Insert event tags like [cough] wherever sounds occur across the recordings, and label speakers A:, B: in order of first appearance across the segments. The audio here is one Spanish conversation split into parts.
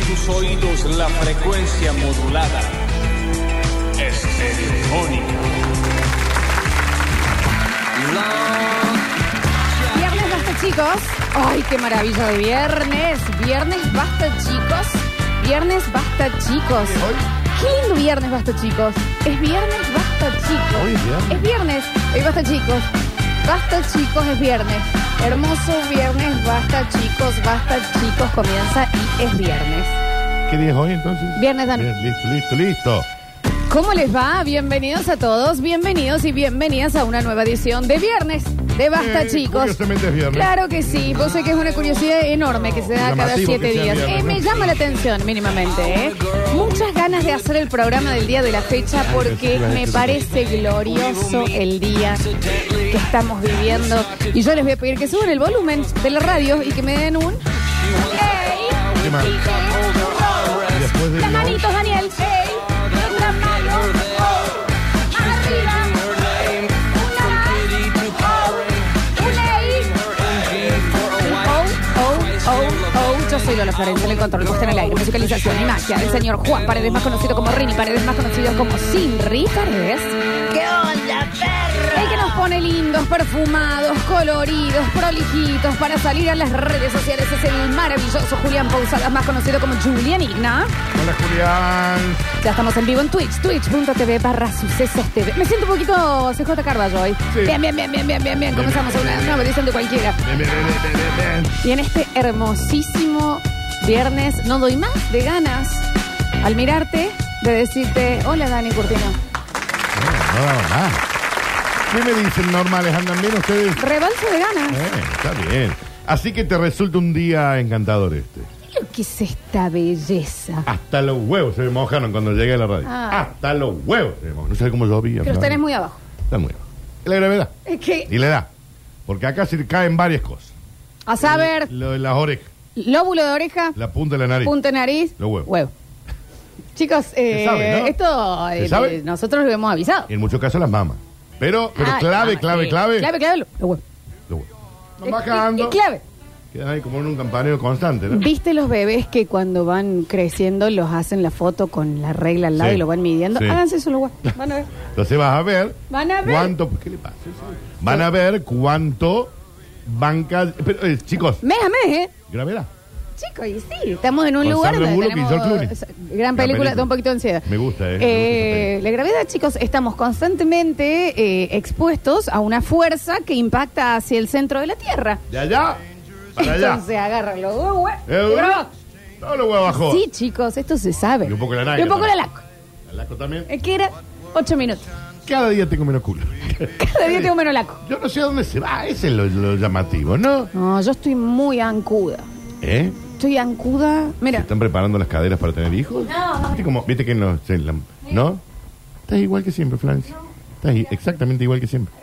A: tus oídos la frecuencia modulada. Estereofónica.
B: Viernes basta, chicos. Ay, qué maravilla de viernes. Viernes basta, chicos. Viernes basta, chicos. Qué lindo viernes basta, chicos. Es viernes basta, chicos.
C: Hoy es viernes.
B: Es viernes. Hoy basta, chicos. Basta, chicos, es viernes. Hermoso viernes, basta, chicos, basta, chicos. Comienza y es viernes.
C: ¿Qué día es hoy entonces?
B: Viernes, Dani.
C: Bien, listo, listo, listo.
B: ¿Cómo les va? Bienvenidos a todos, bienvenidos y bienvenidas a una nueva edición de viernes de Basta,
C: Eh,
B: chicos.
C: Curiosamente es viernes.
B: Claro que sí, vos sé que es una curiosidad enorme que se da cada
C: Llamativo
B: siete
C: que sea
B: días.
C: viernes,
B: Eh,
C: ¿no?
B: me llama la atención mínimamente, ¿eh? Muchas ganas de hacer el programa del día de la fecha porque me parece glorioso el día que estamos viviendo. Y yo les voy a pedir que suban el volumen de la radio y que me den un... ¡Ey!
C: ¿Qué más? Y después de
B: Las
C: los-
B: manitos, Daniel. ¡Ey! Las manos. ¡Oh! Arriba. Una I. Oh, oh, oh, oh. Yo soy Lola Florencia, en el control, puesta en el aire, musicalización y magia del señor Juan Paredes, más conocido como Rini, Paredes, más conocido como Sinri Paredes.
D: ¿Qué onda, perra?
B: El que nos pone lindos, perfumados, coloridos, prolijitos para salir a las redes sociales es el maravilloso Julián Pausadas, más conocido como Julián Igna.
C: Hola, Julián.
B: Ya estamos en vivo en Twitch, twitch.tv barra sucesos TV. Me siento un poquito CJ Carballo hoy.
C: Sí.
B: Bien, bien, bien, bien, bien, bien, bien. Comenzamos
C: bien,
B: una
C: bien.
B: nueva edición de cualquiera.
C: Ven, ven, ven, ven, ven, ven.
B: Y en este hermosísimo viernes no doy más de ganas al mirarte de decirte, hola Dani Curtino.
C: No, no, ah. ¿Qué me dicen normales? ¿Andan bien ustedes?
B: Rebalso de ganas.
C: Eh, está bien. Así que te resulta un día encantador este.
B: ¿Qué lo que es esta belleza?
C: Hasta los huevos se me mojaron cuando llegué a la radio.
B: Ah.
C: Hasta los huevos se me mojaron. No sé cómo llovía.
B: Que los
C: Flavio.
B: tenés muy abajo.
C: Está muy abajo. La gravedad.
B: Es que,
C: Y la edad. Porque acá se caen varias cosas.
B: a saber,
C: Lo de las orejas,
B: lóbulo de oreja,
C: la punta de la nariz.
B: punta de nariz,
C: Los huevos.
B: Chicos, eh,
C: sabe, ¿no?
B: esto
C: Se
B: eh,
C: sabe.
B: nosotros lo hemos avisado.
C: Y en muchos casos las mamas. Pero, pero
B: Ah,
C: clave,
B: ah,
C: clave,
B: sí.
C: clave,
B: Clave, clave, lo- lo bueno.
C: Los huevos. Van
B: Es-
C: bajando.
B: es- es clave.
C: Quedan ahí como en un campaneo constante, ¿no?
B: ¿Viste los bebés que cuando van creciendo los hacen la foto con la regla al lado
C: Sí.
B: y lo van midiendo?
C: Sí.
B: Háganse eso, los guas. Van a ver.
C: Entonces vas a ver.
B: Van a ver.
C: ¿Cuánto? ¿Qué le pasa? Van a ver cuánto banca. Pero, eh, chicos,
B: Mes a mes, ¿eh?
C: gravedad.
B: Chicos, y sí, estamos en un
C: Con
B: lugar
C: Sandra
B: donde
C: Bullock y
B: tenemos
C: George Clooney.
B: esa-
C: Gran
B: gran película,
C: película.
B: da un poquito de ansiedad.
C: Me gusta, eh, me gusta esa
B: la
C: película.
B: gravedad, chicos, estamos constantemente eh, expuestos a una fuerza que impacta hacia el centro de la Tierra.
C: De allá para allá.
B: Entonces agarra los dos hue-
C: Eh,
B: y bravo.
C: Todo lo huevo abajo.
B: Sí, chicos, esto se sabe.
C: Y un poco la nalga
B: Y un poco la
C: también.
B: laco.
C: El laco también.
B: Es que era ocho minutos. [laughs]
C: Cada día tengo menos culo. [laughs]
B: Cada día tengo menos laco.
C: Yo no sé a dónde se va. Ese es lo, lo llamativo, ¿no?
B: No, yo estoy muy ancuda.
C: ¿Eh?
B: Estoy ancuda.
C: ¿Se
B: Mira,
C: ¿Están preparando las caderas para tener hijos?
B: No.
C: ¿Viste, como, viste que en los- en la- ¿No? Estás igual que siempre, Florencia. Estás i- exactamente igual que siempre.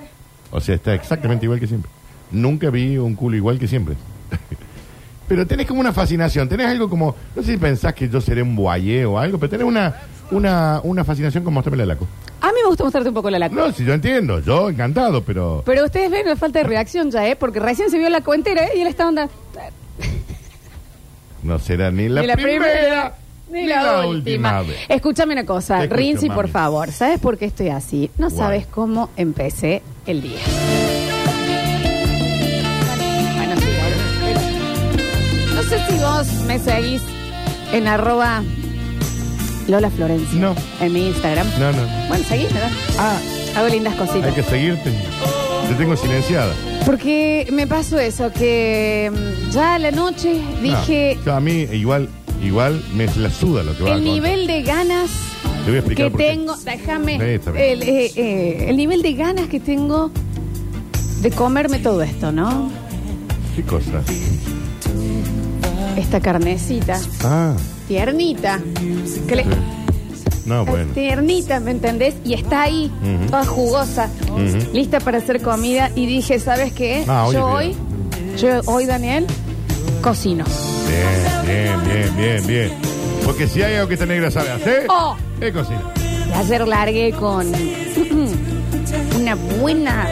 C: O sea, está exactamente igual que siempre. Nunca vi un culo igual que siempre. [laughs] pero tenés como una fascinación. Tenés algo como... No sé si pensás que yo seré un boyé o algo, pero tenés una, una, una fascinación con mostrarme la laco.
B: a mí me gusta mostrarte un poco la laco.
C: No, si yo entiendo. Yo encantado, pero...
B: Pero ustedes ven la falta de reacción ya, ¿eh? Porque recién se vio la cuentera ¿eh? y él está onda.
C: No será ni la,
B: Ni la
C: primera,
B: primera, Ni la, última.
C: vez.
B: Escúchame una
C: Te
B: cosa,
C: escucho,
B: Rinzi,
C: mami.
B: por favor. ¿Sabes por qué estoy así? No
C: Guay.
B: sabes cómo empecé el día. Bueno, sí, ahora- No sé si vos me seguís en arroba Lola Florencia.
C: No.
B: En mi Instagram.
C: No, no.
B: Bueno, seguís, ¿verdad?
C: Ah,
B: Hago lindas
C: hay
B: cositas.
C: que seguirte. Te tengo silenciada.
B: Porque me pasó eso, que mm, ya a la noche dije
C: No, yo a mí igual, igual me la suda lo que va a
B: el
C: contar.
B: nivel de ganas
C: Te voy a explicar
B: que
C: por qué.
B: tengo, déjame,
C: Sí, está bien.
B: el, eh, eh, el nivel de ganas que tengo de comerme todo esto, ¿no?
C: ¿Qué cosa?
B: Esta carnecita,
C: Ah,
B: tiernita, que le-
C: no, bueno.
B: tiernita, ¿me entendés? Y está ahí,
C: Ujú.
B: toda jugosa,
C: Ujú.
B: lista para hacer comida. Y dije, ¿sabes qué?
C: Ah, hoy
B: yo
C: es
B: hoy, yo hoy, Daniel, cocino.
C: Bien, bien, bien, bien, bien. Porque si hay algo que esta negra sabe hacer,
B: Oh.
C: es cocina.
B: Y Ayer largué con [clears throat] una buena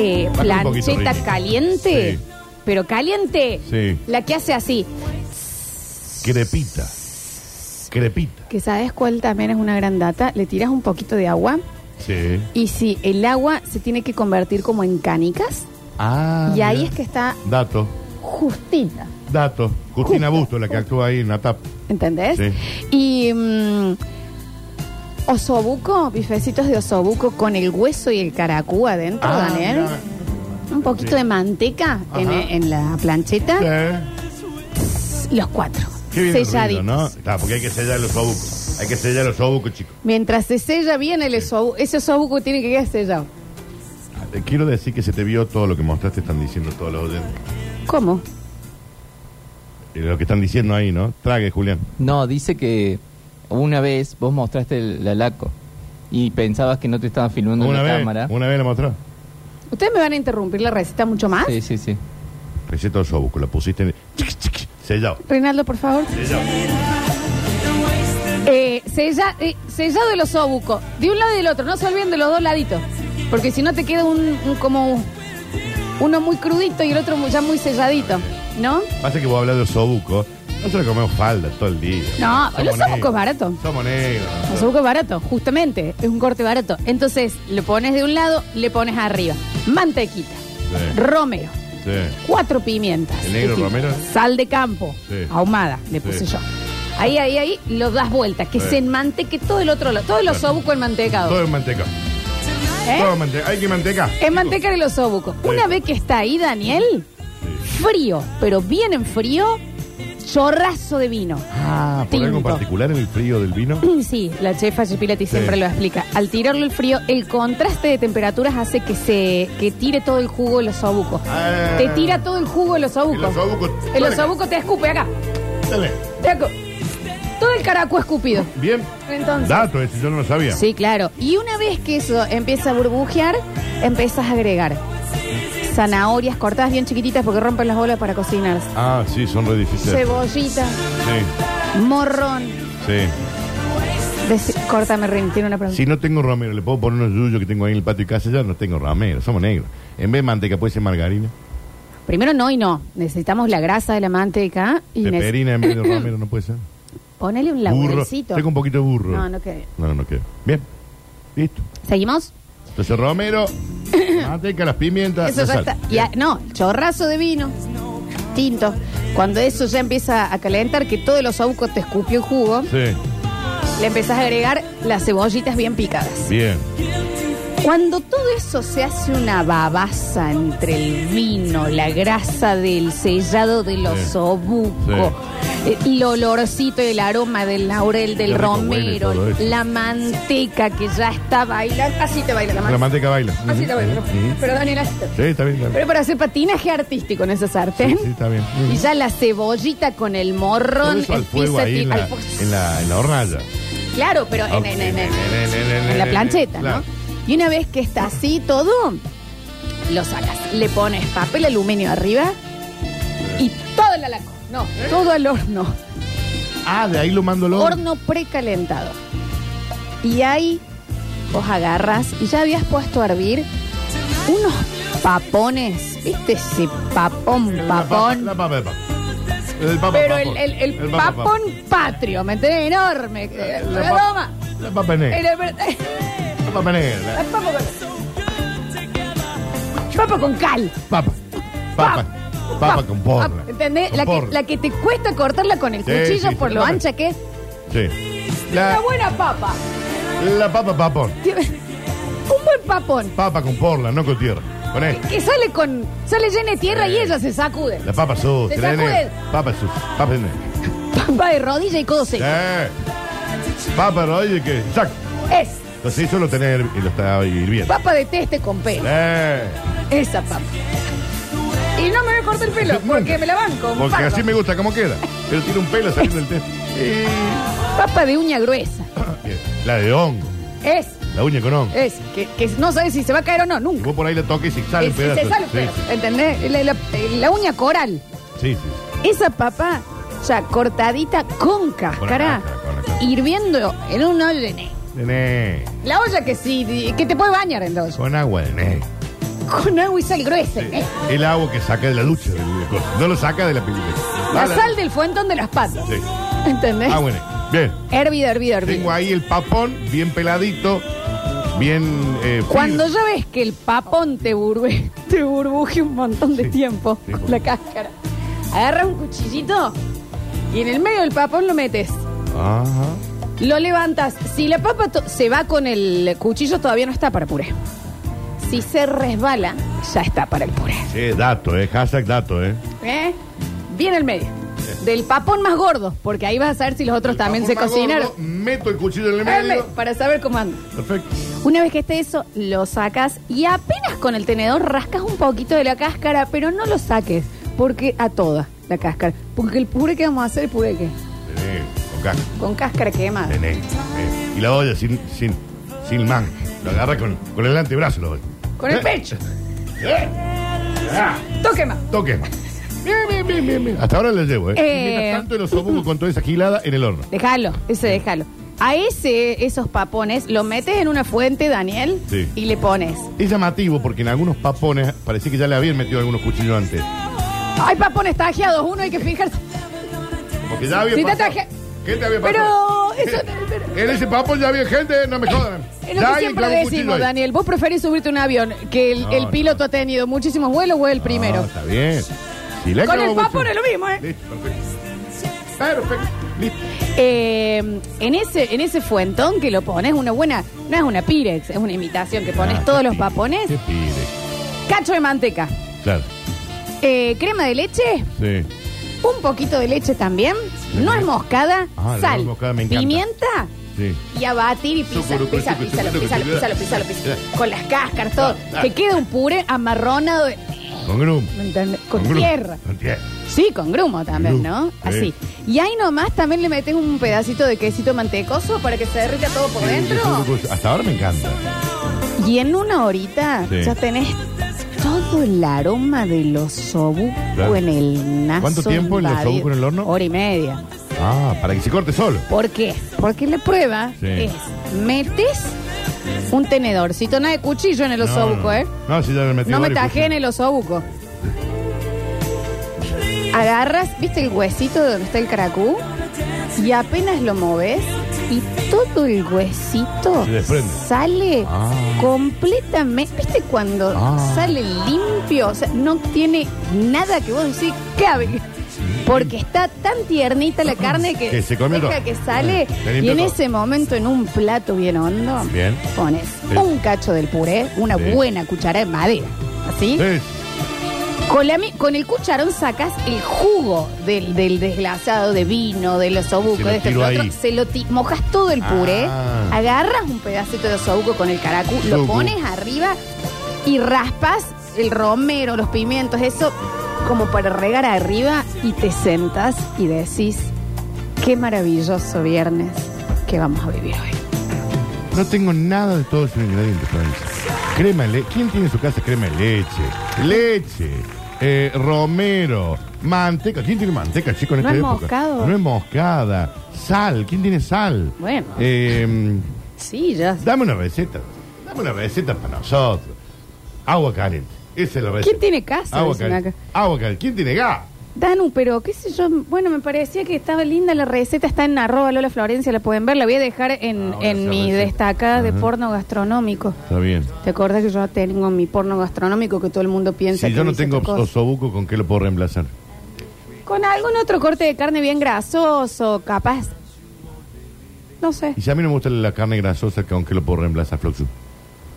B: eh,
C: Baja un poquito,
B: plancheta
C: Rini.
B: caliente,
C: Sí.
B: pero caliente,
C: Sí.
B: la que hace así.
C: Crepita.
B: eso.
C: Crepita.
B: Que sabes cuál también es una gran data. Le tiras un poquito de agua
C: Sí.
B: y si el agua se tiene que convertir como en canicas
C: Ah.
B: y ahí
C: mira.
B: es que está
C: Dato,
B: justita.
C: dato. Justina
B: Justo.
C: Busto, la que actúa ahí en la tap.
B: ¿Entendés?
C: Sí.
B: Y mm, osobuco, bifecitos de osobuco con el hueso y el caracú adentro,
C: Ah,
B: Daniel.
C: mira.
B: Un poquito
C: Sí.
B: de manteca
C: Ajá.
B: en, en la plancheta.
C: Sí.
B: Los cuatro.
C: Qué bien el ruido,
B: Selladitos.
C: ¿no? Claro, porque hay que sellar los obucos. Hay que sellar los obucos, chicos.
B: Mientras se sella bien el osobuco, ese osobuco tiene que quedar sellado.
C: Ah, te Quiero decir que se te vio todo lo que mostraste, están diciendo todos los oyentes.
B: ¿Cómo?
C: Eh, Lo que están diciendo ahí, ¿no? Trague, Julián.
E: No, dice que una vez vos mostraste el, la laco y pensabas que no te estaban filmando en
C: Una
E: la
C: vez,
E: cámara.
C: una vez la mostró.
B: ¿Ustedes me van a interrumpir la receta mucho más?
E: Sí, sí, sí.
C: Receta de osobuco, la pusiste en... chiqui, chiqui, Sellado.
B: Reinaldo, por favor.
C: Sellado.
B: Eh, sella- eh, sellado de los osobuco, de un lado y del otro, no se olviden de los dos laditos, porque si no te queda un, un- como un- uno muy crudito y el otro muy- ya muy selladito, ¿no?
C: Pasa que vos hablas de osobuco. Nosotros comemos falda todo el día.
B: No,
C: Somos
B: los osobuco
C: negros.
B: es barato.
C: Somos negros.
B: El osobuco es barato, justamente, es un corte barato. Entonces, lo pones de un lado, le pones arriba mantequita,
C: Sí.
B: romero,
C: Sí.
B: cuatro pimientas.
C: ¿El negro
B: distintas,
C: romero?
B: Sal de campo,
C: Sí.
B: ahumada, le puse
C: Sí.
B: yo. Ahí, ahí, ahí, lo das vuelta, que
C: Sí.
B: se enmanteque todo el otro lado, todo el
C: Claro.
B: osobuco enmantecado.
C: Todo en manteca.
B: ¿eh?
C: Todo en manteca. Hay que manteca.
B: En
C: chicos.
B: manteca de los osobuco.
C: Sí.
B: Una vez que está ahí, Daniel,
C: Sí.
B: frío, pero bien en frío, chorrazo de vino.
C: Ah, por algo en
B: Tinto.
C: particular el frío del vino.
B: [clears throat] Sí, la chefa Gipilati
C: Sí.
B: siempre lo explica. Al tirarlo el frío, el contraste de temperaturas hace que se que tire todo el jugo de los osobuco.
C: Ah.
B: Te tira todo el jugo de los osobuco.
C: El osobuco.
B: El osobuco te escupe acá.
C: Dale.
B: Te acu- todo el caracu escupido.
C: Bien.
B: Entonces.
C: Dato ese, yo no lo sabía.
B: Sí, claro. Y una vez que eso empieza a burbujear, empiezas a agregar zanahorias cortadas bien chiquititas porque rompen las bolas para cocinar.
C: Ah, sí, son re difíciles.
B: Cebollita,
C: Sí,
B: morrón.
C: sí.
B: Deci- Córtame, Rin, tiene una pregunta.
C: Si no tengo romero, le puedo poner unos yuyos que tengo ahí en el patio de casa. Ya no tengo romero, somos negros. En vez de manteca, puede ser margarina.
B: Primero no y no. Necesitamos la grasa de la manteca y nece-
C: Peperina en vez de romero, no
B: [laughs]
C: puede ser.
B: ponele un
C: burro.
B: laburcito.
C: Tengo un poquito de burro.
B: No, no queda.
C: No, no, no queda. Bien. Listo.
B: ¿Seguimos? [laughs]
C: Entonces, romero, manteca, las pimientas.
B: Eso
C: la
B: ya
C: sal.
B: está. Ya, no, chorrazo de vino, tinto. Cuando eso ya empieza a calentar, que todos los aucos te escupió el jugo,
C: Sí,
B: le empezás a agregar las cebollitas bien picadas.
C: bien.
B: Cuando todo eso se hace una babaza entre el vino, la grasa del sellado del osobuco, el olorcito, el aroma del laurel, del
C: Qué rico huele
B: romero,
C: todo eso.
B: la manteca que ya está bailando. Así te baila la
C: La
B: manteca.
C: manteca baila.
B: Así te baila.
C: Ujú.
B: Pero Daniel, así te-
C: Sí, está bien. Está bien.
B: Pero para hacer patinaje artístico en esa sartén.
C: Sí, sí, está bien.
B: Y ya la cebollita con el
C: Todo
B: morrón,
C: eso al
B: el
C: fuego ahí en
B: pizza-
C: la,
B: al fu-
C: en la, en la hornalla.
B: Claro, pero en-
C: Ok.
B: en- en- en- en la plancheta, ¿no?
C: Eh, Claro.
B: Y una vez que está así todo, lo sacas. Le pones papel aluminio arriba y todo el alaco. No, todo al horno.
C: Ah, de ahí lo mando al horno.
B: Horno precalentado. Y ahí vos agarras y ya habías puesto a hervir unos papones. ¿Viste ese papón,
C: La papa,
B: papón?
C: la papa de papa. El papa
B: Pero el,
C: papón.
B: el- el
C: El papa
B: papón patrio, ¿me entendés? Enorme.
C: Eh,
B: La
C: papa-
B: broma.
C: La papa negra.
B: Era verdad.
C: La papa negra.
B: Papa con... Papa con cal. Ah,
C: Papa. Papa. Papa con porra.
B: ¿Entendés?
C: Con
B: La que,
C: porra.
B: la que te cuesta cortarla con el
C: Sí,
B: cuchillo
C: sí,
B: por
C: sí,
B: lo
C: claro.
B: ancha que es.
C: Sí.
B: Una
C: La,
B: buena papa.
C: la papa papón.
B: Tiene- Un buen papón.
C: Papa con porla, no con tierra. Con él.
B: Que sale con. Sale llena de tierra
C: Sí.
B: y ella se sacude.
C: La papa sus.
B: Se sacude.
C: Papa sus. Papa negra.
B: Papa de rodilla y codo seco.
C: Sí. Papa, ¿no? oye, que. Exacto.
B: Es.
C: Entonces eso lo tenés y lo está hirviendo.
B: Papa de teste con pelo.
C: Eh,
B: Esa papa. Y no me voy a cortar el pelo porque me la banco. un
C: porque
B: palo.
C: así me gusta como queda. Pero tiene un pelo saliendo del té. Y-
B: Papa de uña gruesa.
C: [coughs] Bien, La de hongo,
B: Es.
C: la uña con hongo.
B: Es. Que, que no sabes si se va a caer o no,
C: Y
B: nunca.
C: Vos por ahí la toques y sale
B: Es-
C: un pedazo.
B: Eh, se sale un
C: Sí,
B: pedazo, ¿Entendés? La, la- la uña coral.
C: Sí, sí. sí.
B: Esa papa ya cortadita con cáscara,
C: cáscara, con la cáscara.
B: hirviendo en un olla de ne-
C: Nené,
B: La olla que sí, que te puede bañar entonces.
C: con agua de nené.
B: Con agua y sal gruesa.
C: Sí.
B: ¿eh?
C: El agua que saca de la ducha. del coso. No lo saca de la película.
B: La sal del fuentón de las patas.
C: Sí.
B: ¿Entendés?
C: Ah, bueno. Bien.
B: Hervido, hervido, hervido.
C: Tengo ahí el papón bien peladito, bien... eh,
B: Cuando
C: firme.
B: ya ves que el papón te, burbe, [laughs] te burbuje un montón de
C: Sí,
B: tiempo
C: sí,
B: con
C: porque-
B: la cáscara, agarras un cuchillito y en el medio del papón lo metes.
C: Ajá.
B: Lo levantas. Si la papa to- se va con el cuchillo, todavía no está para puré. Si se resbala, ya está para el puré.
C: Sí, dato, eh. Hashtag dato, eh.
B: ¿Eh? Bien el medio. Del papón más gordo, porque ahí vas a saber si los otros también Eh, se
C: Papón más
B: cocinaron.
C: gordo, Meto el cuchillo en el
B: Hermes,
C: medio.
B: Para saber cómo anda.
C: Perfecto.
B: Una vez que esté eso, lo sacas y apenas con el tenedor rascas un poquito de la cáscara, pero no lo saques, porque a toda la cáscara. Porque el puré que vamos a hacer, puré que
C: Tenés, con caja,
B: con cáscara quemada.
C: tenés, tenés. eh. Y la olla sin, sin, sin man. Lo agarra con, con el antebrazo, lo doy.
B: Con el pecho.
C: ¿Eh? Ah,
B: Toque más.
C: toque. Bien, bien, bien, bien, bien. Hasta ahora les llevo, ¿eh?
B: Eh.
C: Y Mientras tanto, los obucos con toda esa gilada en el horno.
B: Déjalo, ese déjalo. A ese, esos papones, lo metes en una fuente, Daniel,
C: Sí.
B: y le pones.
C: Es llamativo porque en algunos papones parecía que ya le habían metido algunos cuchillos antes.
B: Hay papones tajeados, uno hay que fijarse.
C: Porque ya había
B: Si te
C: pasado.
B: traje-
C: Gente había
B: Pero
C: pasado.
B: eso-
C: [laughs]
B: Eh,
C: En ese papón ya había gente, no me jodan.
B: Es
C: Ya
B: lo que
C: alguien
B: siempre
C: clavó un cuchillo
B: decimos,
C: ahí.
B: Daniel. Vos preferís subirte a un avión que el,
C: No,
B: el piloto ha tenido muchísimos vuelos o el
C: No,
B: primero.
C: Ah, está bien. Si le
B: Con
C: clavó
B: el
C: un
B: papón
C: cuchillo-
B: es lo mismo, ¿eh?
C: Listo, perfecto. Perfecto. Listo.
B: Eh, en ese en ese fuentón que lo pones, una buena, no es una pirex, es una imitación que pones
C: Ah,
B: todos
C: qué
B: los
C: pide,
B: papones,
C: qué pide.
B: cacho de manteca,
C: Claro,
B: eh, crema de leche,
C: sí.
B: un poquito de leche también,
C: Sí.
B: no es moscada,
C: Ah, la
B: sal,
C: nuez moscada me encanta.
B: pimienta
C: Sí.
B: y a batir y pisa,
C: Sucuru,
B: pisa,
C: sucuru,
B: pisa,
C: sucuru,
B: pisa,
C: sucuru.
B: pisa, pisa, pisa,
C: Ah.
B: con las cáscaras, todo,
C: Ah, ah.
B: que queda un puré amarronado de-
C: Con grum.
B: ¿me entendés?
C: Con
B: con
C: grum.
B: tierra.
C: Con tierra.
B: Sí, con grumo también,
C: Grumo,
B: ¿no?
C: sí.
B: Así. Y ahí nomás también le metes un pedacito de quesito mantecoso para que se derrita todo por
C: Sí,
B: dentro.
C: sí, sí, Hasta ahora me encanta.
B: Y en una horita
C: Sí.
B: ya tenés todo el aroma de los sobu
C: Claro.
B: en el naso.
C: ¿Cuánto tiempo el
B: invadido.
C: osobuco en el horno?
B: Hora y media.
C: Ah, para que se corte solo.
B: ¿Por qué? Porque la prueba
C: Sí.
B: es, metes un tenedorcito, nada de cuchillo en el osobuco,
C: no, no.
B: ¿eh?
C: No, si ya le metí
B: No me
C: varios
B: tajé en
C: cuchillos.
B: el osobuco. Agarras, ¿viste el huesito de donde está el caracú? Y apenas lo moves y todo el huesito
C: Se desprende.
B: sale
C: Ah.
B: completamente. ¿Viste cuando
C: Ah.
B: sale limpio? O sea, no tiene nada que vos decís, ¿qué hab- Porque está tan tiernita la carne que,
C: Que se comió
B: deja
C: todo.
B: que sale.
C: Se
B: Y
C: limpió
B: en
C: todo.
B: ese momento, en un plato bien hondo,
C: Bien.
B: pones
C: Sí.
B: un cacho del puré, una
C: Sí.
B: buena cuchara de madera. ¿Así?
C: Sí.
B: Con, la mi- con el cucharón sacas el jugo del, del desglasado de vino, de los osobuco,
C: Se lo
B: de este
C: tiro
B: otro.
C: ahí.
B: Se lo ti- mojas todo el puré,
C: Ah.
B: agarras un pedacito de osobuco con el caracú, lo
C: Osobuco.
B: pones arriba y raspas el romero, los pimientos, eso, como para regar arriba y te sentas y decís, qué maravilloso viernes que vamos a vivir hoy.
C: No tengo nada de todos esos ingredientes, Florencia. Crema de leche. ¿Quién tiene en su casa crema de leche? Leche. eh, romero. Manteca. ¿Quién tiene manteca, chico, en
B: No
C: esta
B: es
C: época?
B: moscado.
C: No es moscada. Sal. ¿Quién tiene sal?
B: Bueno.
C: Eh,
B: Sí, ya.
C: dame una receta. Dame una receta para nosotros. Agua caliente. Esa es la receta.
B: ¿Quién tiene casa?
C: Agua
B: Dicen
C: caliente.
B: acá.
C: Agua caliente. ¿Quién tiene gas?
B: Danu, pero qué sé yo, bueno, me parecía que estaba linda la receta, está en arroba Lola Florencia, la pueden ver, la voy a dejar en,
C: Ah, bueno,
B: en
C: esa
B: mi
C: receta.
B: destacada de
C: Ajá.
B: porno gastronómico.
C: Está bien.
B: ¿Te acordás que yo tengo mi porno gastronómico que todo el mundo piensa
C: Si
B: que
C: yo no
B: dice
C: tengo
B: otra cosa?
C: osobuco, ¿con qué lo puedo reemplazar?
B: Con algún otro corte de carne bien grasoso, capaz. No sé.
C: Y si a mí no me gusta la carne grasosa, ¿con qué lo puedo reemplazar, Floxu?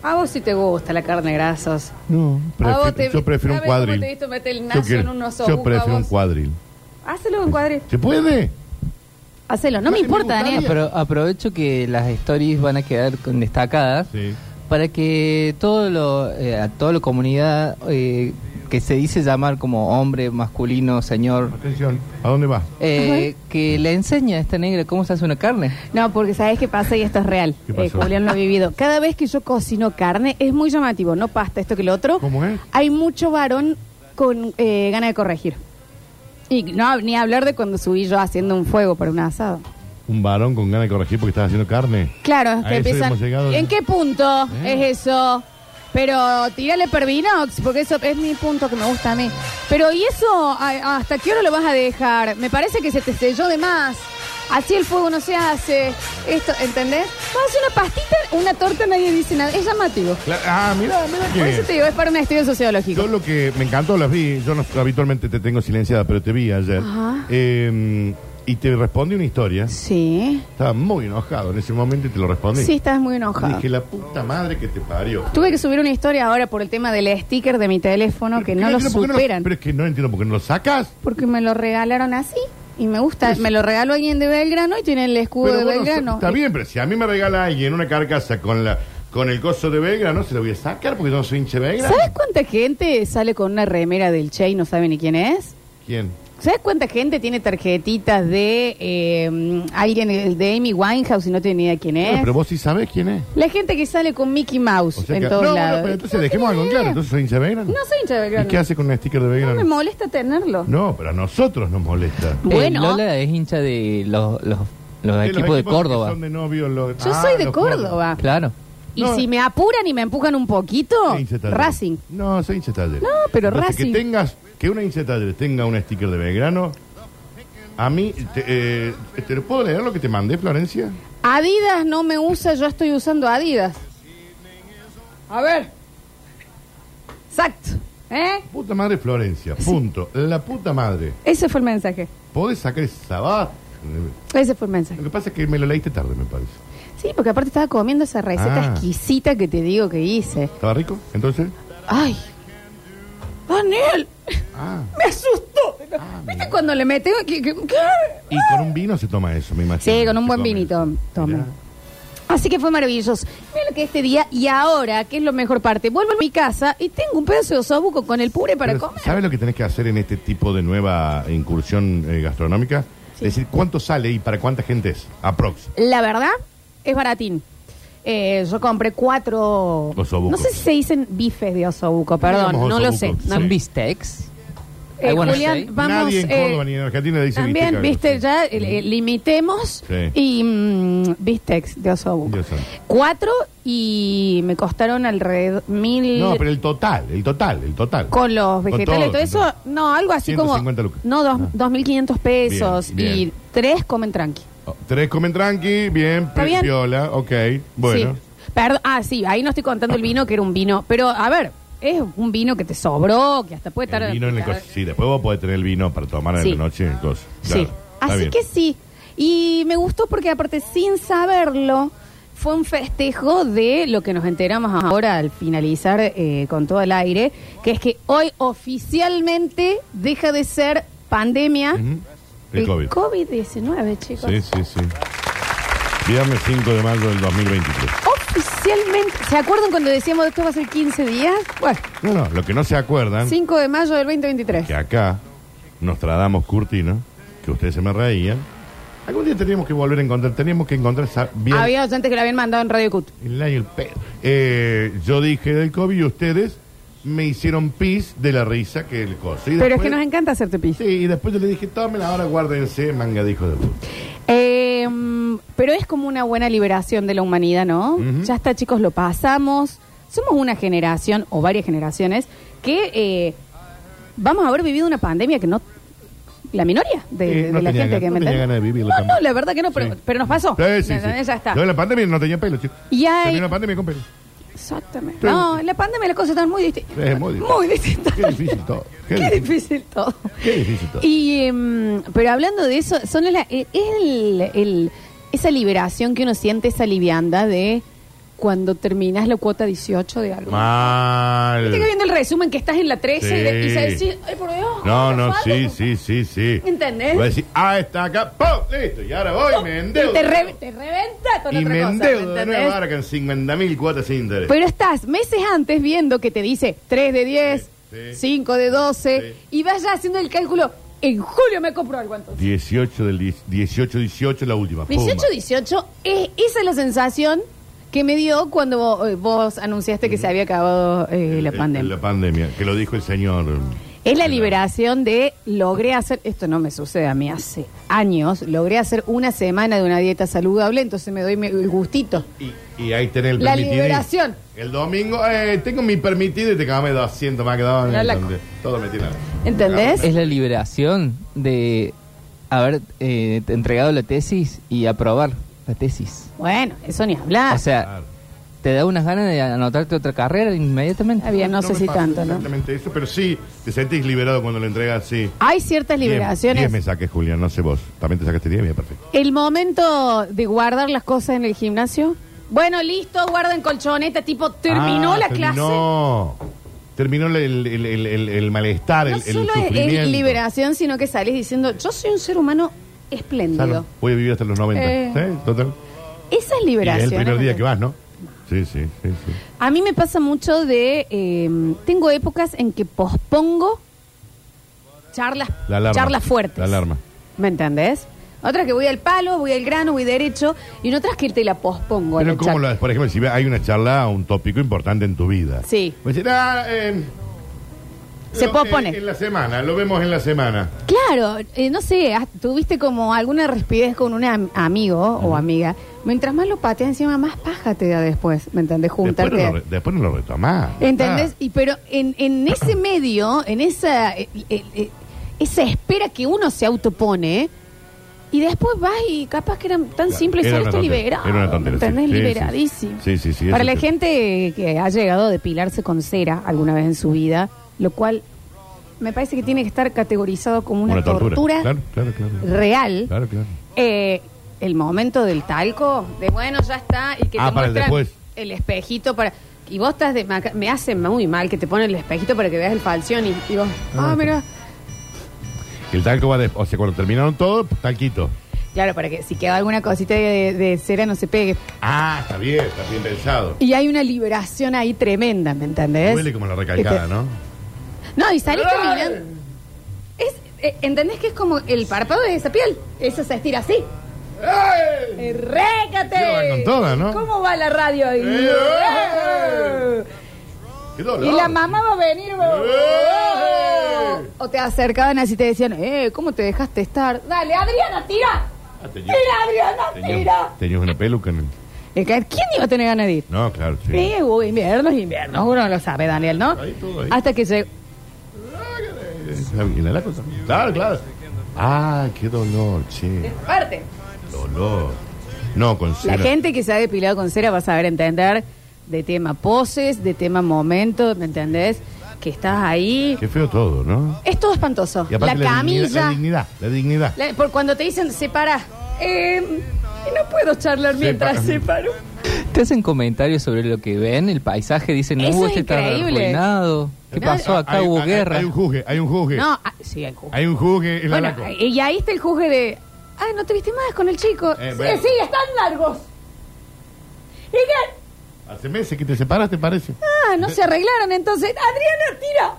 B: A vos sí te gusta la carne grasosa.
C: No,
B: A Ah, vos
C: prefiero,
B: te-
C: yo prefiero un
B: ¿sabes cómo
C: cuadril.
B: te he visto meter el
C: Yo
B: nazo
C: quiero-
B: en un osobuco
C: Yo prefiero
B: a
C: un
B: vos?
C: cuadril.
B: Hácelo en cuadril.
C: ¿Se puede?
B: Hacelo, no me
C: Dale, me
B: importa,
C: gustaría.
B: Daniel.
E: Apro- aprovecho que las stories van a quedar con destacadas
C: Sí.
E: para que todo lo, eh, a toda la comunidad eh, que se dice llamar como hombre, masculino, señor,
C: Atención, ¿a dónde va?
E: eh, que le enseña a esta negra cómo se hace una carne.
B: No, porque sabes qué pasa y esto es real.
C: ¿Qué pasó?
B: Eh, Julián lo ha vivido. Cada vez que yo cocino carne es muy llamativo, no pasta, esto que lo otro.
C: ¿Cómo es?
B: Hay mucho varón con eh, ganas de corregir. Y no, ni hablar de cuando subí yo haciendo un fuego para un asado.
C: Un varón con ganas de corregir porque estás haciendo carne.
B: Claro,
C: A
B: que
C: eso
B: empiezan.
C: hemos llegado.
B: ¿En qué punto
C: ¿Eh?
B: es eso? Pero tírale Pervinox, porque eso es mi punto que me gusta a mí. Pero ¿y eso a- hasta qué hora lo vas a dejar? Me parece que se te selló de más. Así el fuego no se hace. Esto, ¿entendés? Vamos a hacer una pastita, una torta, nadie dice nada. Es llamativo.
C: Cla- ah, mira, mira
B: Por eso te
C: que.
B: digo, es para un estudio sociológico.
C: Yo lo que me encantó, las vi. Yo no, habitualmente te tengo silenciada, pero te vi ayer.
B: Ajá.
C: Eh, y te respondí una historia.
B: Sí.
C: Estaba muy enojado en ese momento y te lo respondí.
B: Sí, estás muy
C: Y
B: enojado.
C: Dije, la puta madre que te parió.
B: Tuve que subir una historia ahora por el tema del sticker de mi teléfono que
C: Pero
B: no lo
C: entiendo por qué no
B: superan.
C: pero es que no entiendo por qué no lo sacas.
B: Porque me lo regalaron así y me gusta. Me lo regaló alguien de Belgrano y tiene el escudo
C: Pero
B: de
C: bueno,
B: Belgrano.
C: Está bien, pero si a mí me regala alguien una carcasa con la con el coso de Belgrano, se lo voy a sacar porque yo no soy hinche de Belgrano.
B: ¿Sabes cuánta gente sale con una remera del Che y no sabe ni quién es?
C: ¿Quién?
B: ¿Sabes cuánta gente tiene tarjetitas de eh, alguien el de Amy Winehouse y no tiene ni idea quién es?
C: No, pero vos sí sabés quién es.
B: La gente que sale con Mickey Mouse
C: O sea
B: en
C: que-
B: todos
C: no,
B: lados.
C: no, pero entonces dejemos algo en claro. Entonces soy hinche de Belgrano.
B: No soy hincha de
C: ¿Y qué
B: Belgrano.
C: hace con un sticker de
B: No me
C: Belgrano?
B: molesta tenerlo.
C: No, pero a nosotros nos molesta.
E: Eh,
B: Bueno.
E: Lola es hincha de los, los, los
C: Sí, los
E: equipos de
C: equipos que
E: Córdoba.
C: son de novio, los-
B: Yo
C: Ah,
B: soy de
C: los Córdoba.
B: Córdoba.
E: Claro.
B: Y
C: No.
B: si me apuran y me empujan un poquito,
C: Soy hincha de Talleres.
B: Racing.
C: No, soy hincha de Talleres.
B: No, pero
C: Entonces,
B: Racing.
C: Que tengas, que una hincha de Talleres tenga un sticker de Belgrano, a mí, te, eh, ¿te lo puedo leer lo que te mandé, Florencia?
B: Adidas no me usa, yo estoy usando Adidas. A ver. Exacto. ¿Eh?
C: Puta madre Florencia, punto. La puta madre.
B: Ese fue el mensaje.
C: ¿Podés sacar ese sabat?
B: Ese fue el
C: Lo
B: mensaje.
C: que pasa es que me lo leíste tarde, me parece.
B: Sí, porque aparte estaba comiendo esa receta
C: Ah.
B: exquisita que te digo que hice.
C: ¿Estaba rico? Entonces.
B: ¡Ay! ¡Daniel!
C: Ah.
B: ¡Me asustó! ¿Viste cuando le metí? ¿Qué? qué- qué?
C: Y con un vino se toma eso, me imagino.
B: Sí, con un
C: Se
B: buen
C: come
B: vinito,
C: eso.
B: toma.
C: Mirá.
B: Así que fue maravilloso. Mira lo que este día y ahora, que es lo mejor parte. Vuelvo a mi casa y tengo un pedazo de osobuco con el puré para
C: Pero,
B: comer.
C: ¿Sabes lo que tenés que hacer en este tipo de nueva incursión eh, gastronómica? Decir cuánto sale y para cuánta gente es, aprox.
B: La verdad, es baratín. Eh, yo compré cuatro.
C: Osobucos.
B: No sé si se dicen bifes de osobuco, perdón,
C: Digamos
B: no lo
C: osobuco,
B: sé.
C: sí.
B: No-
E: Son bistecs.
B: Eh,
E: I wanna
B: Julián,
E: say.
B: vamos.
C: Nadie en
B: eh,
C: Córdoba ni en Argentina le dice
B: también,
C: bistec,
B: viste,
C: sí.
B: ya eh, eh, limitemos
C: Sí.
B: y mm, bistecs de osobuco.
C: Dios santo.
B: Cuatro y me costaron alrededor mil.
C: No, pero el total, el total, el total.
B: Con los vegetales, todo, eso, no, algo así como.
C: 150 lucas.
B: No, dos-
C: No.
B: 2.500 pesos
C: Bien,
B: y
C: bien.
B: tres comen tranqui.
C: Oh, Tres comen tranqui, bien,
B: Está bien.
C: piola, ok, bueno.
B: Sí. Perdón, ah, sí, ahí no estoy contando el vino que era un vino, pero a ver, es un vino que te sobró, que hasta puede estar.
C: El vino en el coche. Sí, después vos podés tener el vino para tomar en
B: Sí.
C: la noche en el coche.
B: Sí.
C: Claro, está
B: Así
C: bien.
B: que sí. Y me gustó porque aparte sin saberlo fue un festejo de lo que nos enteramos ahora al finalizar eh, con todo el aire, que es que hoy oficialmente deja de ser pandemia
C: Ujú. El, COVID.
B: 19 chicos.
C: Sí, sí, sí. Viernes 5 de mayo del 2023.
B: Oficialmente, ¿se acuerdan cuando decíamos esto va a ser 15 días? Bueno,
C: No, no, lo que no se acuerdan,
B: 5 de mayo del 2023.
C: que acá Nostradamus Curtino, que ustedes se me reían, algún día teníamos que volver a encontrar, teníamos que encontrar esa bien
B: Había oyentes que lo habían mandado en Radio Cut.
C: el año el pedo. Eh, yo dije del COVID y ustedes me hicieron pis de la risa que el coso. Y
B: Pero es que
C: después-
B: nos encanta hacerte pis.
C: Sí, y después yo le dije, tómela ahora, guárdense, manga de hijo de puta.
B: Eh, mm, pero es como una buena liberación de la humanidad, ¿no?
C: Ujú.
B: Ya está, chicos, lo pasamos. Somos una generación o varias generaciones que eh, vamos a haber vivido una pandemia que no. La minoría de,
C: Eh,
B: de
C: no
B: la
C: tenía
B: gente
C: ganas-
B: que
C: no
B: me
C: tenía ganas de vivirlo
B: No, no,
C: tampoco.
B: la verdad que no, pero,
C: Sí.
B: pero nos pasó.
C: eh, Sí, sí,
B: ¿Entendés?
C: sí.
B: Ya está.
C: Yo en la pandemia no tenía pelo, chicos.
B: Y hay-
C: Terminó la pandemia con pelo.
B: Exactamente.
C: Sí.
B: No, en la pandemia las cosas están muy distintas.
C: Es muy difícil.
B: distintas.
C: Qué difícil todo.
B: Qué,
C: Qué difícil.
B: difícil todo.
C: Qué difícil todo.
B: Y, em, pero hablando de eso, son la- eh, es el, el- esa liberación que uno siente, esa liviandad de cuando terminas la cuota 18 de algo.
C: Mal.
B: Viste que viendo el resumen que estás en la 13 y, de- y
C: Sí.
B: se decís, ay, por Dios.
C: No,
B: me
C: no,
B: falta
C: sí,
B: un-
C: sí, sí, sí.
B: ¿Entendés?
C: Voy a decir, ah, está acá, ¡pum! Listo, y ahora voy, me
B: Y
C: endeudo.
B: te, re- te reventa con
C: y
B: otra
C: me
B: cosa.
C: endeudo de
B: ¿entendés?
C: nuevo ahora con 50 mil cuotas sin interés.
B: Pero estás meses antes viendo que te dice 3 de 10,
C: Sí, sí.
B: 5 de 12,
C: Sí.
B: y vas ya haciendo el cálculo. En julio me compro algo entonces.
C: 18 del 10 18, 18, la última.
B: 18,
C: Pumba.
B: 18, es, esa es la sensación que me dio cuando vo- eh, vos anunciaste que se había acabado eh, la
C: Mm. Eh,
B: pandemia.
C: La pandemia, que lo dijo el señor.
B: Es la liberación de logré hacer, esto no me sucede a mí hace años, logré hacer una semana de una dieta saludable, entonces me doy mi- el gustito.
C: Y, y ahí tenés el
B: La
C: permitidín.
B: liberación.
C: El domingo, eh, tengo mi permitido y te cagame 200 más que daban.
B: La- la-
C: Todo me tiene.
B: ¿Entendés?
E: Es la liberación de haber eh, entregado la tesis y aprobar la tesis.
B: Bueno, eso ni hablar.
E: O sea,
C: Claro.
E: te da unas ganas de anotarte otra carrera inmediatamente.
B: Está bien, no, sé
C: me
B: si
C: pasa
B: tanto, ¿no?
C: Exactamente eso, pero sí, te sentís liberado cuando lo entregas, sí.
B: Hay ciertas liberaciones.
C: 10 me saqué, Julián, no sé vos. También te sacaste 10, bien, perfecto.
B: El momento de guardar las cosas en el gimnasio. Bueno, listo, guarden colchoneta, tipo, terminó
C: Ah,
B: la
C: terminó. Terminó el, el, el- el- el malestar,
B: clase. No
C: el, el
B: solo es- es,
C: sufrimiento.
B: liberación, sino que salís diciendo, yo soy un ser humano espléndido.
C: Claro, voy a vivir hasta los 90.
B: Eh.
C: ¿Sí? Total.
B: Esa es
C: Y es
B: liberación.
C: el primer
B: ¿eh?
C: día que vas, ¿no? Sí, sí, sí. sí.
B: A mí me pasa mucho de. eh, tengo épocas en que pospongo charlas,
C: La alarma.
B: charlas fuertes.
C: La alarma.
B: ¿Me entendés? Otras que voy al palo, voy al grano, voy derecho. Y en otras que te la pospongo. a
C: Pero
B: la
C: ¿cómo
B: charla.
C: lo haces? Por ejemplo, si ve- hay una charla, un tópico importante en tu vida.
B: Sí.
C: Vos decís, ah, eh,
B: Se
C: lo-
B: pospone.
C: eh, en la semana, lo vemos en la semana.
B: Claro, eh, no sé, ah, tuviste como alguna respidez con un am- amigo o amiga. Mientras más lo pateas encima, más paja te da después, ¿me entendés?
C: Después
B: Juntarte.
C: no, lo, re- después no lo retomás. Ah.
B: ¿Entendés? Y, pero en, en ese medio, en esa, eh, eh, eh, esa espera que uno se autopone, y después vas y capaz que eran tan
C: Claro,
B: simples,
C: era
B: solo
C: una
B: estoy
C: tontería,
B: liberado.
C: era una tontería, sí.
B: ¿Entendés?
C: Sí, sí, sí.
B: Liberadísimo.
C: Sí, sí, sí,
B: Para
C: eso
B: la
C: sí.
B: gente que ha llegado a depilarse con cera alguna vez en su vida, lo cual me parece que tiene que estar categorizado como una, tortura,
C: Claro, claro, claro.
B: real.
C: Claro, claro.
B: Eh, el momento del talco, de bueno, ya está, y que
C: Ah,
B: te
C: para
B: muestran
C: el después.
B: el espejito para. Y vos estás de maca- me hace muy mal que te ponen el espejito para que veas el falsión y, y vos, ah,
C: Ah,
B: mira.
C: El talco va de, O sea, cuando terminaron todo, talquito.
B: Claro, para que si queda alguna cosita de, de cera no se pegue.
C: Ah, está bien, está bien pensado.
B: Y hay una liberación ahí tremenda, ¿me entendés?
C: Duele como la recalcada,
B: Que te-
C: ¿no?
B: No, y salís caminando. Es, eh, ¿Entendés que es como el párpado de esa piel? Eso se estira así. Eh,
C: Yo van
B: ¡Récate!
C: con todas, ¿no?
B: ¿Cómo va la radio ¡Ah! ahí?
C: Eh, eh. Qué dolor.
B: Y la mamá va a venir. va-
C: ¡Eh!
B: O te acercaban así y te decían, eh, ¿cómo te dejaste estar? Dale, Adriana, tira.
C: Ah, tenía-
B: Tira, Adriana,
C: Tenías
B: tira.
C: tenías una peluca en el...
B: Eh, ¿Quién iba a tener ganas de ir?
C: No, claro, sí. Eh,
B: Sí, hubo inviernos, inviernos, uno lo sabe, Daniel, ¿no?
C: Ahí todo, ahí.
B: Hasta que llegó.
C: ¿Y la laco también? Claro, claro. Ah, qué dolor, che.
B: Parte.
C: Dolor. No, con
B: La
C: cera.
B: gente que se ha depilado con cera va a saber entender de tema poses, de tema momentos, ¿me entendés? Que estás ahí.
C: Qué feo todo, ¿no?
B: Es todo espantoso.
C: Y
B: La
C: aparte
B: camilla.
C: Dignidad, la dignidad, la dignidad.
B: La- por cuando te dicen separa, eh, no puedo charlar mientras separo.
E: Te hacen comentarios sobre lo que ven, el paisaje, dicen,
B: Eso
E: "Uh,
B: es
E: este está
B: increíble.
E: arruinado. ¿Qué
B: No,
E: pasó acá?
C: Hay-
E: Hubo
C: hay-
E: guerra.
C: Hay un juzgue, hay un juzgue.
B: No, ah, sí, hay juzgue.
C: Hay un juzgue en la
B: Bueno,
C: laco.
B: eh, y ahí está el juzgue de, ay, no te viste más con el chico.
C: Eh,
B: Sí,
C: bueno.
B: sí, están largos. Y que,
C: Hace meses que te separas, ¿te parece?
B: ah, no se arreglaron entonces. Adriana, tira.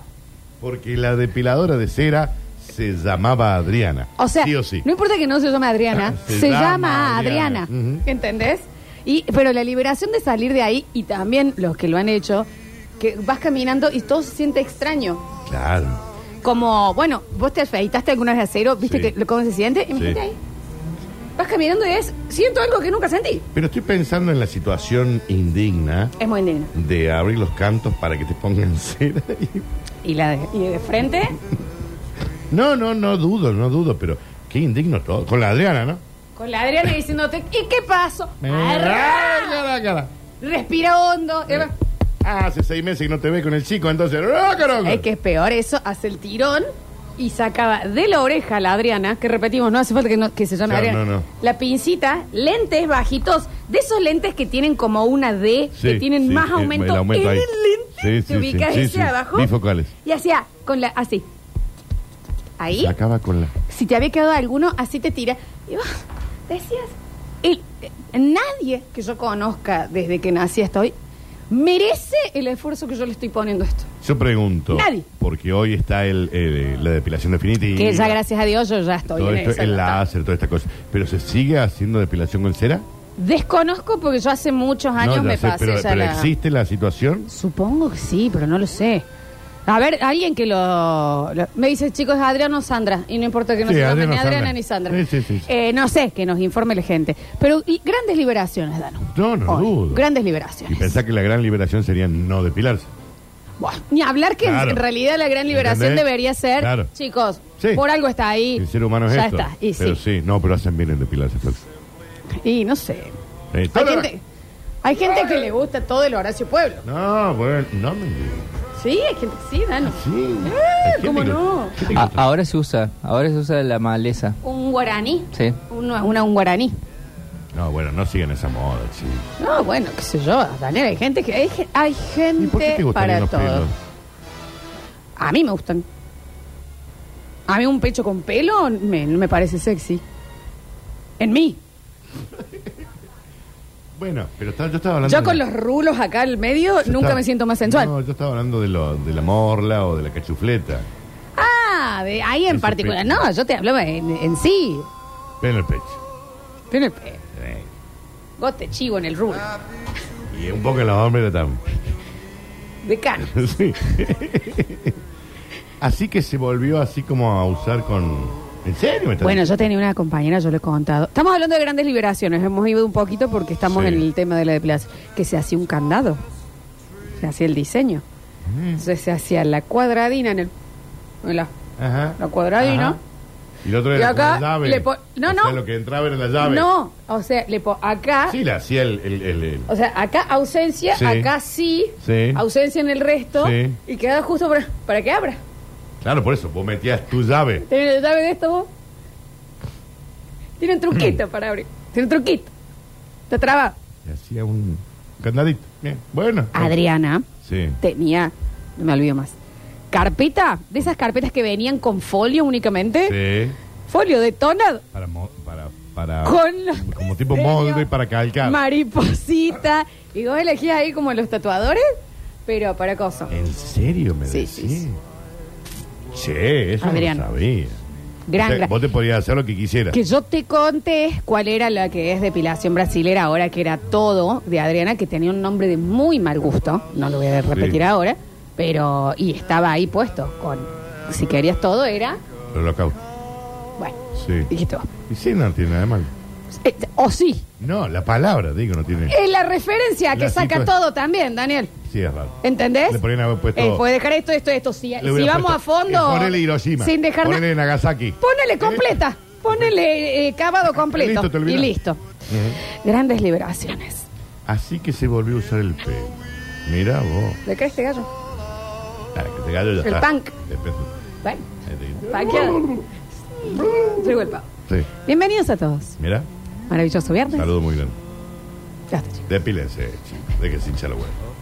C: Porque la depiladora de cera se llamaba Adriana.
B: O sea,
C: sí o sí.
B: no importa que no se llame Adriana,
C: Se
B: se,
C: llama
B: llama Adriana.
C: Adriana. Ujú.
B: ¿Entendés? Y, pero la liberación de salir de ahí, y también los que lo han hecho, que vas caminando y todo se siente extraño.
C: Claro.
B: Como, bueno, vos te afeitaste alguna vez a cero, ¿viste
C: Sí.
B: que, lo- cómo se siente? Imagínate
C: Sí.
B: ahí. Vas caminando y es, siento algo que nunca sentí.
C: Pero estoy pensando en la situación indigna
B: Es muy lindo.
C: de abrir los cantos para que te pongan [laughs] cera. y-
B: Y, la de, y de frente,
C: No, no, no dudo, no dudo, pero qué indigno todo. Con la Adriana, ¿no?
B: con la Adriana diciéndote, ¿y qué pasó?
C: Ah,
B: Arrá.
C: cara, cara.
B: Respira hondo. Eh,
C: Ah, hace seis meses que no te ves con el chico, entonces. ¡ah, carajo!
B: Es que es peor eso, hace el tirón y sacaba de la oreja a la Adriana, que repetimos, no hace falta que, no- que se llame
C: Claro,
B: Adriana.
C: no, no.
B: La pincita, lentes bajitos, de esos lentes que tienen como una D, que
C: Sí,
B: tienen
C: sí,
B: más
C: el-
B: aumento
C: el aumento
B: en
C: ahí.
B: el lente,
C: Sí,
B: te
C: sí, sí,
B: ubicas
C: sí,
B: ese
C: sí.
B: abajo.
C: Bifocales.
B: Y hacía con la, así. Ahí,
C: Acaba con la.
B: si te había quedado alguno, así te tira. Y vos decías, el- eh, nadie que yo conozca desde que nací hasta hoy merece el esfuerzo que yo le estoy poniendo a esto.
C: Yo pregunto.
B: Nadie.
C: Porque hoy está el, eh, la depilación definitiva.
B: Que ya gracias a Dios yo ya estoy
C: Todo
B: en
C: esto,
B: esa,
C: el
B: ¿no?
C: láser, toda esta cosa. Pero se sigue haciendo depilación con cera.
B: Desconozco porque yo hace muchos años
C: no, ya
B: me
C: sé,
B: pasé
C: pero,
B: ya
C: pero
B: la-
C: existe la situación.
B: Supongo que sí, pero no lo sé. A ver, alguien que lo... lo- Me dice, chicos, Adrián o Sandra. Y no importa que no
C: Sí,
B: se llame
C: Adrián o
B: ni
C: Sandra.
B: Adriana ni Sandra.
C: Sí, sí, sí, sí.
B: Eh, no sé, que nos informe la gente. Pero y grandes liberaciones, Dano.
C: No, no
B: Hoy,
C: dudo.
B: Grandes
C: Y
B: liberaciones.
C: pensar que la gran liberación sería no depilarse.
B: Buah, ni hablar que en-
C: Claro.
B: en realidad la gran liberación
C: ¿Entendés?
B: debería ser,
C: Claro.
B: chicos,
C: Sí.
B: por algo está ahí.
C: El ser humano es
B: ya
C: esto.
B: está. Y
C: pero
B: sí.
C: sí. no, pero hacen bien en depilarse, Flor.
B: Y no sé.
C: Eh,
B: Hay
C: todo lo-
B: gente, hay gente que le gusta todo el Horacio Pueblo.
C: No, bueno, no me digas.
B: Sí, hay gente que sí, Dano.
C: Ah, Sí.
B: Eh, ¿cómo
C: Gente que-
B: no?
C: gente que-
E: A- ahora se usa, ahora se usa la maleza.
B: Un guaraní.
E: Sí.
B: Uno- una, un guaraní.
C: No, bueno, no siguen esa moda, sí.
B: No, bueno, qué sé yo, Daniel, hay gente que hay, ge- hay
C: ¿Y por qué
B: gente
C: te gustaría
B: para
C: los
B: todo.
C: pelos?
B: A mí me gustan. A mí un pecho con pelo me, no me parece sexy. En mí.
C: Bueno, pero está- yo estaba hablando.
B: Yo
C: de-
B: con los rulos acá al medio
C: yo
B: nunca
C: estaba-
B: me siento más sensual.
C: No, yo estaba hablando de, lo, de la morla o de la cachufleta.
B: Ah, de ahí en
C: Eso
B: particular.
C: pica.
B: No, yo te hablaba en, en sí.
C: Pelo en el pecho.
B: Tiene el pe-
C: Eh,
B: Gote chivo en el rulo.
C: Y un poco en los hombres también.
B: De cana.
C: [laughs] Sí. así que se volvió así como a usar con. ¿En serio? me estás
B: Bueno,
C: diciendo?
B: yo tenía una compañera, yo le he contado. Estamos hablando de grandes liberaciones, hemos ido un poquito porque estamos
C: Sí.
B: en el tema de la depilación. Que se hacía un candado, se hacía el diseño.
C: Mm.
B: Entonces se hacía la cuadradina en el. en la,
C: Ajá.
B: la cuadradina.
C: Ajá. Y el otro
B: Y
C: era
B: acá
C: como la llave.
B: le po- no,
C: O sea,
B: no.
C: lo que entraba era la llave.
B: No, o sea, le po- acá.
C: Sí, la hacía el. el, el- el-
B: O sea, acá ausencia,
C: Sí.
B: acá sí,
C: Sí.
B: ausencia en el resto,
C: Sí.
B: y queda justo para, para que abra.
C: Claro, por eso, vos metías tu llave.
B: ¿Tiene llave de esto vos? Tiene un
C: Mm.
B: truquito para abrir. Tiene un truquito. Te traba.
C: Y hacía un candadito. Bien, bueno.
B: Adriana
C: Sí.
B: tenía, no me olvido más, carpeta, de esas carpetas que venían con folio únicamente,
C: Sí.
B: folio detonado,
C: Para. mo- para, para
B: con los
C: como tipo
B: diseños,
C: molde para calcar.
B: Mariposita. Y vos elegías ahí como los tatuadores, pero para cosas.
C: ¿En serio me
B: Sí,
C: decís?
B: sí, sí.
C: Che, eso
B: Adrián.
C: no lo sabía.
B: Gran,
C: O sea,
B: gran.
C: Vos te podías hacer lo que quisieras.
B: Que yo te conté cuál era la que es depilación brasilera ahora, que era todo de Adriana, que tenía un nombre de muy mal gusto, no lo voy a repetir
C: Sí.
B: ahora, pero, y estaba ahí puesto con, si querías todo era,
C: Pero lo acabo.
B: bueno,
C: Sí.
B: dijiste vos.
C: Y sí, no tiene nada de malo.
B: Eh, O sí,
C: No, la palabra, digo, no tiene.
B: es la referencia que
C: La
B: saca
C: cita-
B: todo también, Daniel.
C: Sí, es raro.
B: ¿Entendés?
C: Le podrían haber puesto-
B: Eh, puede dejar esto, esto, esto. Si, Eh, si
C: Le hubiera
B: vamos
C: puesto,
B: a fondo.
C: eh, ponele Hiroshima.
B: Sin dejar nada.
C: Ponele Nagasaki.
B: Ponele completa. Ponele eh, cábado completo.
C: Listo, te
B: y
C: olvidás.
B: listo.
C: Ujú.
B: Grandes liberaciones.
C: Así que se volvió a usar el pelo. Mira vos.
B: ¿De qué este gallo?
C: Claro, que te gallo ya
B: El
C: está.
B: punk.
C: Depende.
B: Bueno,
C: Ahí te- [laughs]
B: paqueado. Frigo el pavo.
C: Sí.
B: Bienvenidos a todos.
C: Mira,
B: Maravilloso viernes.
C: saludo muy grande.
B: Ya está, chicos.
C: Depílense, chicos. De que se hincha la huevo.